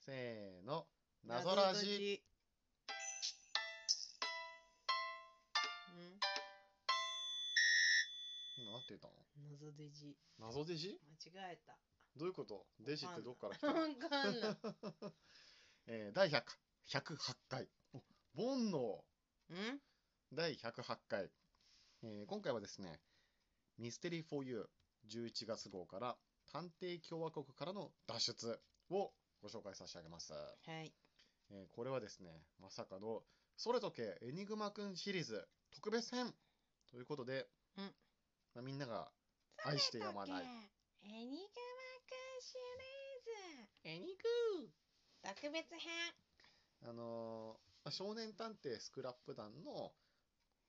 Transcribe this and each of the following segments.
せーの。謎ラジ。ジ。今なんて言ったのん謎デジ。謎弟子間違えた。どういうこと弟子ってどっから来たわのかんない。えー第100 108回。お煩悩うん第108回、えー今回はですね「ミステリー・フォー・ユー」11月号から「探偵共和国からの脱出」をご紹介差し上げます、はい。えーこれはですねまさかの「それとけエニグマくん」シリーズ特別編ということで、うんまあ、みんなが愛してやまないエニグマくんシリーズ。エニグー。特別編。あのーまあ少年探偵スクラップ団の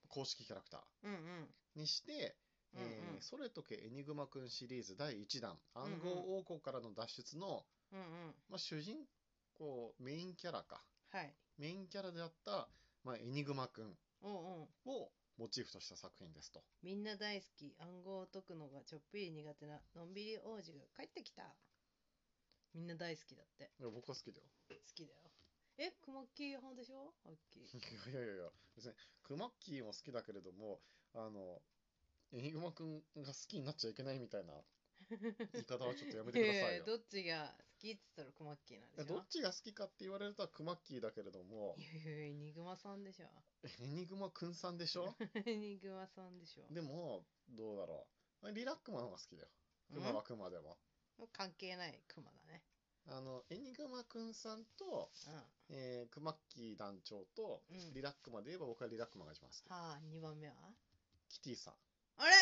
公式キャラクターうんうん。にして、うんうんえーそれとけエニグマくん」シリーズ第1弾「んうん暗号王国からの脱出の」うんうん。まあ、主人公メインキャラかはい。メインキャラであった、まあ、エニグマくんおうんうん。をモチーフとした作品ですとみんな大好き暗号を解くのがちょっぴり苦手なのんびり王子が帰ってきたみんな大好きだっていや僕は好きだよ 好きだよえ雲木派でしょはっきりいやいやいや別にクマッキーも好きだけれどもあのエニグマくんが好きになっちゃいけないみたいな言い方はちょっとやめてく ださいえよどっちが好きって言ったら雲木なんいやでしどょっちが好きかって言われると はクマッキーだけれどもいやいやエニグマさんでしょ エニグマくんさんでしょエニグマさんでしょでも、どうだろう。リラックマの方が好きだよ。んクマはクマでも。関係ないクマだねあの、エニグマくんさんと、えー、クマッキー団長と、うんリラックマで言えば僕はリラックマが一番好きうん。はあ2番目はキティさん。あれ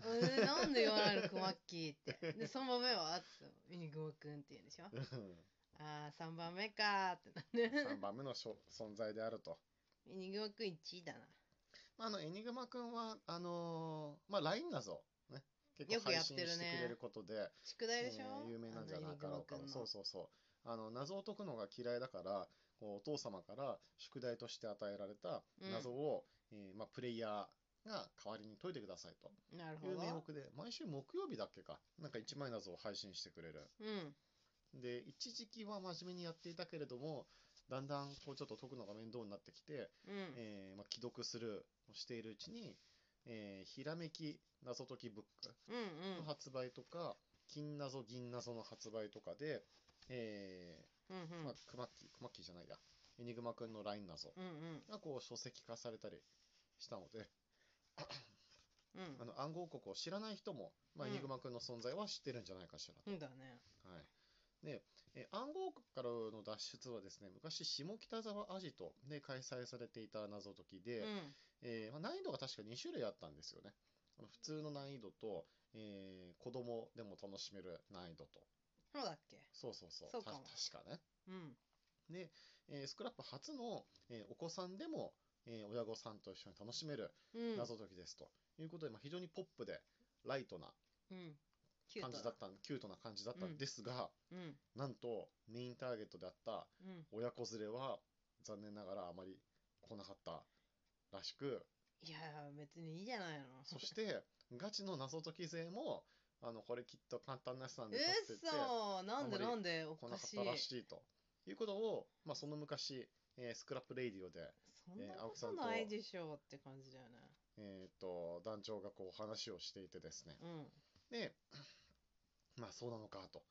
えーなんで言わないのクマッキーってで3番目はって言ったらエニグマくんって言うんでしょ ああ3番目かーってなんで3番目のしょ存在であると。エニグマくん1位だな。まあ、あの、エニグマくんは、あのーまあ、LINE なぞ。ね。結よ構く配やって信るねしてくれることで、宿題でしょ、えー有名なんじゃなかろうかあのエニグそマくんのうそうそうあの謎を解くのが嫌いだからこうお父様から宿題として与えられたうん謎を、えーまあ、プレイヤーが代わりに解いてくださいとなるほいう名ど。目で毎週木曜日だっけかなんか1枚謎を配信してくれるうん。で一時期は真面目にやっていたけれどもだんだんこうちょっと解くのが面倒になってきて、うん。えーまあ、既読するをしているうちに、えーひらめき謎解きブックうんの発売とか、金謎、銀謎の発売とかで、えうん。うんーまあ、クマッキー、クマッキーじゃないや、エニグマくんのライン謎うん。うんうん。がこう書籍化されたりしたので、うんあの暗号国を知らない人も、まあ、うエんニグマくんの存在は知ってるんじゃないかしらと。うん。だね。はいでえー暗号国からの脱出はですね昔、下北沢アジトで開催されていた謎解きで、うん。えーまあ、難易度が確か2種類あったんですよね。あの普通の難易度と、えー子供でも楽しめる難易度と。そうだっけそうそうそう。そうたかも確かね。うん。で、えースクラップ初の、えーお子さんでも、えー親御さんと一緒に楽しめるうん。謎解きですと、いうことで、まあ、非常にポップでライトなうん。キュー感トじだったんキュートな感じだったんですが、うん。なんとメインターゲットであったうん。親子連れは残念ながらあまり来なかったらし く、いやー、別にいいじゃないの。そして、ガチの謎解き勢も、あの、これきっと簡単なやつなんうでっしょって言って、そーなんであんまりなんでお来なかかっしい。たらしいと。いうことを、まあ、その昔、えースクラップレイディオで、そんなえー青こ木さとんとないでしょうって感じだよね。えっ、と、団長がこう話をしていてですね。うん。で、 まあ、そうなのかと。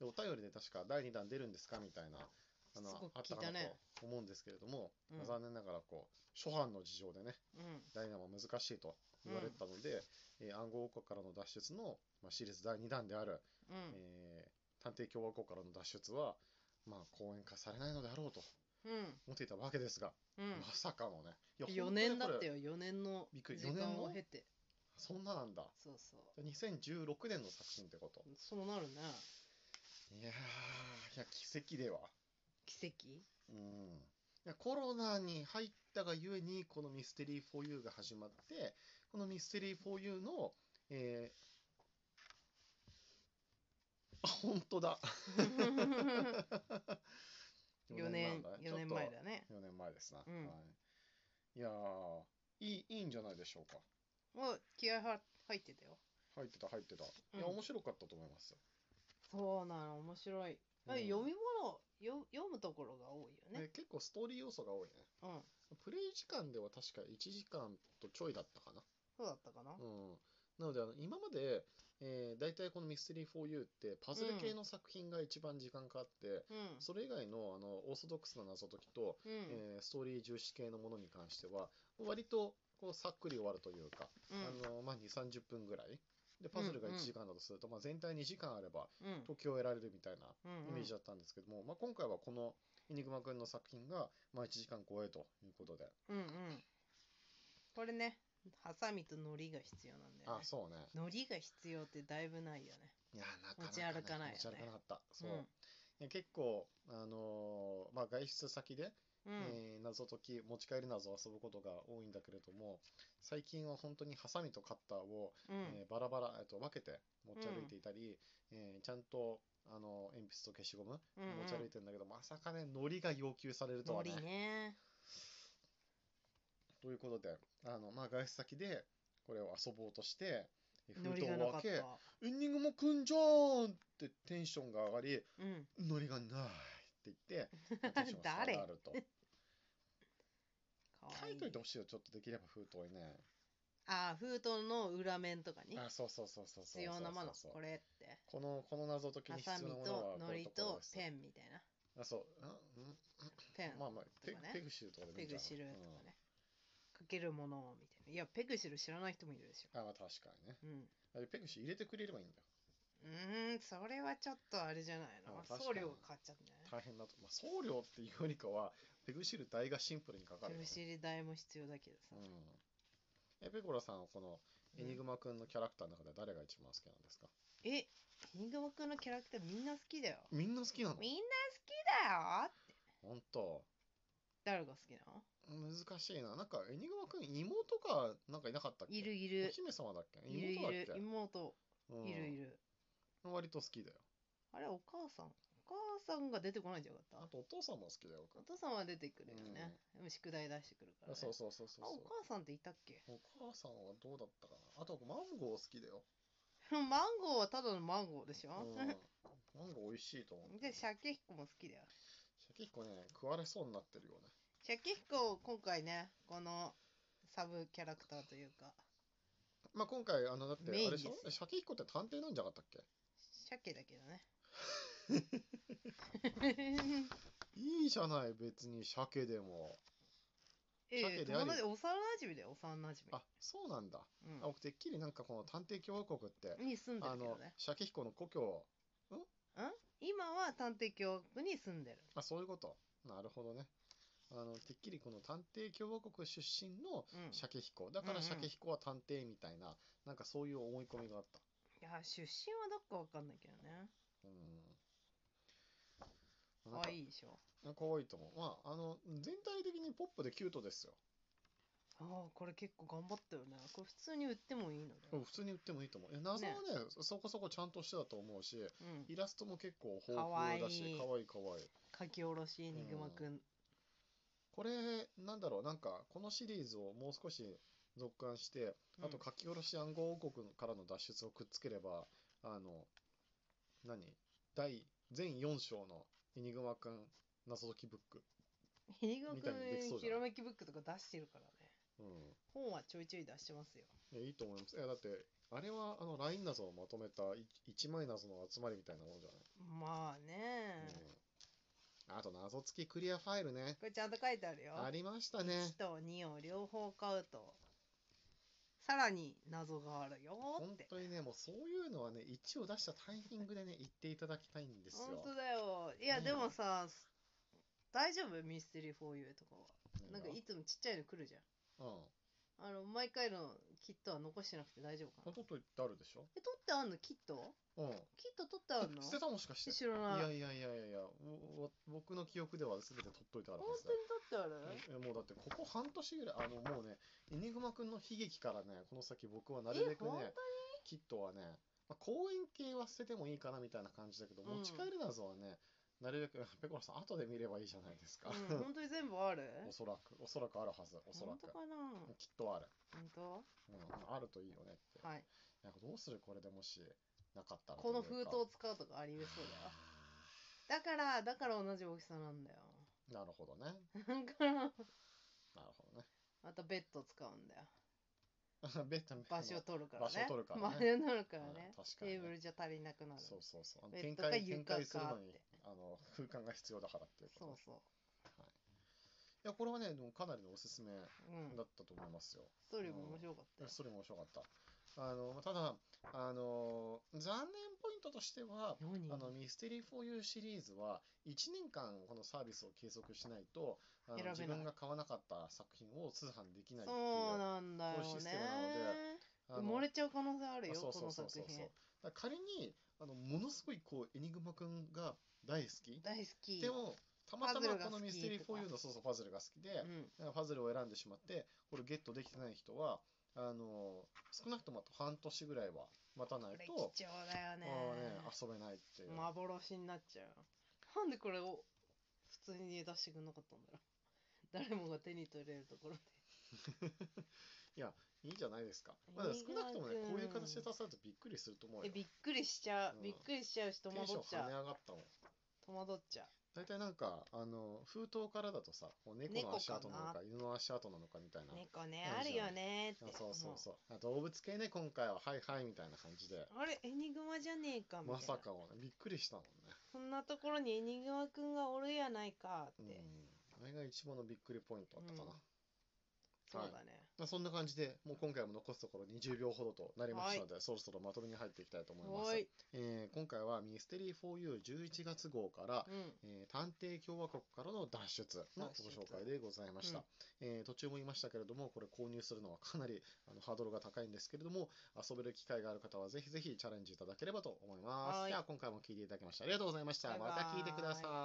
で、お便りで確か第2弾出るんですかみたいな、あの、すごくあったか聞いたなねと思うんですけれども、うんまあ残念ながらこう、初版の事情でね、うん。第2弾は難しいと言われてたので、えー暗号王国からの脱出の、まあ、シリーズ第2弾である、うん。えー探偵共和国からの脱出は、まあ、公演化されないのであろうとうん。思っていたわけですが、うんま。さかのね。いや4年だ本当にっこてれよ、4年のびっくり時四年間のを経て。そんななんだ。そうそう。 2016年の作品ってこと。そうなるね。いやー、いや、奇跡では。奇 跡うん。いやコロナに入ったがゆえに、このミステリー 4U が始まって、このミステリー 4U の、えー、あ、本当だ。 4年四年前だねちょっと4だね年前ですな、うんはい、いやーいいいいんじゃないでしょうかもう気合は入ってたよ入ってた入ってた、うんいや面白かったと思いますそうなの面白い、あうん読み物よ読構ストーリー要素が多いね。うん。プレイ時間では確か1時間とちょいだったかな。そうだったかな。うん、なのであの今まで、えー、大体この「ミステリー 4U」ってパズル系の作品が一番時間かかって、うん。それ以外のあのオーソドックスな謎解きと、うん。えーストーリー重視系のものに関しては割とこうさっくり終わるというか、うん。あのまあ、2 3 0分ぐらいでパズルがうんう1ん時間だとすると、まあ、全体2時間あればうん。解き終えられるみたいなうんイメージだったんですけども、まあ、今回はこの「イニグマくん」の作品が、まあ、1時間超えということで、うんうん。これね、ハサミと糊が必要なんだよあね。そうね糊が必要ってだいぶないよね。いやなかなか、ね、持ち歩かないよね持ち歩かなかったそう、んえ結構、あのーまあ、外出先で、うん。えー謎解き持ち帰り謎を遊ぶことが多いんだけれども最近は本当にハサミとカッターを、うんえーバラバラ、えっと分けて持ち歩いていたり、えーちゃんとあの鉛筆と消しゴムうんうん持ち歩いてるんだけど、まさかねノリが要求されるとはね。糊ね。ということであの、まあ、外出先でこれを遊ぼうとしてえ封糊筒がなをかっ開けた。 「エンディングもくんじゃーん!」ってテンションが上がりうん。 「ノリがない」って 言って。テンションが下がるとかわ書いといてほしいよちょっとできれば封筒にねああ、封筒の裏面とかにあそうそうそうそうそう必要なもの、そうそうそうこれって。このこの謎解きハに必サ要ミなものはとこういう糊とことですペンみたいな。あそううんペうんン、まあまあペとかねペグシルとかでもいペいんじゃグないシルとかね。かけるものみたいな。いや、ペグシル知らない人もいるでしょ。うんあまあ確かにねうん。あれペグシル入れてくれればいいんだようーん、それはちょっとあれじゃないのあ。確か送に料がかかっちゃうんじゃない大変だと、まあ、送料っていうよりかはペグシル代がシンプルにかかるよ手ねむしり代も必要だけどうさん。えペコラさんはこのうエんニグマくんのキャラクターの中では誰が一番好きなんですか、え、鬼熊くんのキャラクターみんな好きだよ。みんな好きなのみんな好きだよ本当誰が好きなの難しいな。なんか、エニグマくん、妹が、なんかいなかったっけいるいおる。姫様だっけいるい妹だっるけ。妹、うんいるいる。割と好きだよ。あれ、お母さん。お母さんが出てこないんじゃなかあったと、お父さんも好きだよ。僕お父さんは出てくるよね。でも宿題出してくるから、ね。そうそうそうそうあ、そお母さんっていたっけ う。お母さんはどうだったかなあと、マンゴー好きだよ。マンゴーはただのマンゴーでしうんょ、マンゴー美味しいと思う。 で、鮭彦も好きだよ。結構ね、食われそうになってるよね。シャキヒコを今回ね、このサブキャラクターというか、まあ、今回、あの、だって、あメインれでしょですよシャキヒコって探偵なんじゃなかったっけ鮭だけど ね。いいじゃない、別に鮭でも。ええ鮭であり友達、幼馴染だよ、幼馴染あ、そうなんだ。うんあ僕、てっきりなんかこの探偵共和国って、に住んであるけどのね。、シャキヒコの故郷、今は探偵教育に住んでる。あ、そういうこと。なるほどね。あの、てっきりこの探偵共和国出身のうん。い鮭彦。だかうんらうん鮭彦は探偵みたいな、なんかそういう思い込みがあった。や、出身はどっかわかんないけどね。うん。可愛いでしょ。い。かわいいと思う。まあ、あの、全体的にポップでキュートですよ。ああ、これ結構頑張ったよね。これ普通に売ってもいいので。うん普通に売ってもいいと思う。え謎はね、そこそこちゃんとしてだと思うし、うん。イラストも結構豊かわい富いだし、かわいいかわいい。書き下ろし、ニグマくん。これ、なんだろう、なんか、このシリーズをもう少し続刊して、あと書き下ろし暗号王国からの脱出をくっつければ、あの、何第全4章のエニグマくん謎解きブック。うん、ニグマみくたいにできそん、うじゃひんらめきブックとか出してるからね。う本はちょいちょい出してますよ。ん。いやいいと思います。いや、だって、あれはあの LINE 謎をまとめた1枚謎の集まりみたいなものじゃない、まあね、うん、あと、謎解きクリアファイルね。これちゃんと書いてあるよ。ありましたね1。と2を両方買うと、さらに謎があるよ本って。当にね、もうそういうのはね、1を出したタイミングでね、言っていただきたいんです本よ。当だよ。いや、うんでもさ、大丈夫ミステリー 4U とかは。なんかいいいつもちっちゃいの来るじゃん。うん。あの、毎回のキットは残してなくて大丈夫かこな。とってあるでしょえ、取ってあんのキットうん。キット取ってあんの捨てたもしかして。知らいない。やいやいやいやいや、おお僕の記憶では全て取っといてある本はず当だに取ってある、よ。えもうだってここ半年ぐらい、あのもうね、エニグマくんの悲劇からね、この先僕はなるべくえ本当にね、キットはね、まあ、公園系は捨ててもいいかなみたいな感じだけど、うん持ち帰る謎はね、なるべく、 ペコラさん、後で見ればいいじゃないですか。うん、本当に全部ある おそらく、おそらくあるはず、おそら本く当。かなきっとある。本当うん、あるといいよねって。はい。なんかどうするこれでもし、なかったらといこうか。の封筒を使うとかありえそうだよ。だから、だから同じ大きさなんだよ。 なるほどね。だからなるほどね。 またベッド使うんだよベッド場所を取るからね場所を取るからね場所を取るからねうん確かテにねーブルじゃ足りなくなるそうそうそう。あのベッ展ドか開展開床するかのっにてあの空間が必要だからっていうことそね。うそいやこれはねでもかなりのおすすめううんだったと思いますよ。ストーリーも面白かったよそれも面白かった。あのただあの残念ポイントとしては。何あのミステリー 4U シリーズは1年間このサービスを継続しないとあの選べない自分が買わなかった作品を通販できないっていうそうなんだよそういうシステムなのでねあの漏れちゃう可能性あるよあそうこそうのそう作そうそう品だから仮にあのものすごいこうエニグマくんが大好き大好きでもたまたパズまルがこ好きのミステリーとか 4U のそうそうパズルが好きでう、んなんかパズルを選んでしまってこれゲットできてない人はあの少なくともあと半年ぐらいは待たなこいれと、貴重だよねもうね遊べないっていう、幻になっちゃうなんでこれを普通に出してくれなかったんだろう誰もが手に取れるところでいいんじゃないですか、まあ、でも少なくともねエニグマくんこういう形で出されるとびっくりすると思うえよテびっくりしちゃう、うんびっくりしちゃうし戸惑ンっションちゃ跳ねう上がったもん戸惑っちゃう大体なんかあの封筒からだとさこう猫の足跡なの猫かか犬の足跡なのかみたいな猫ねなあるじゃんるよねってあそうそうもそうあ動物系ね今回ははいはいみたいな感じでうあれエニグマじゃねえかみたいまなさかもねびっくりしたもんねそんなところにエニグマくんがおるやないかうっんて、あれが一番のびっくりポイントだったかな、うんそうだね、まあ、そんな感じで、もう今回も残すところ20秒ほどとなりましたので、そろそろまとめに入っていきたいと思いまはす。いえー今回はミステリー 4U11 月号から、うんえー探偵共和国からの脱出の脱ご出紹介でございました、うんえー途中も言いましたけれども、これ購入するのはかなりあのハードルが高いんですけれども、遊べる機会がある方はぜひぜひチャレンジいただければと思いまはす。いでは今回も聞いていただきましてありがとうございました。バイバまた聞いイてください。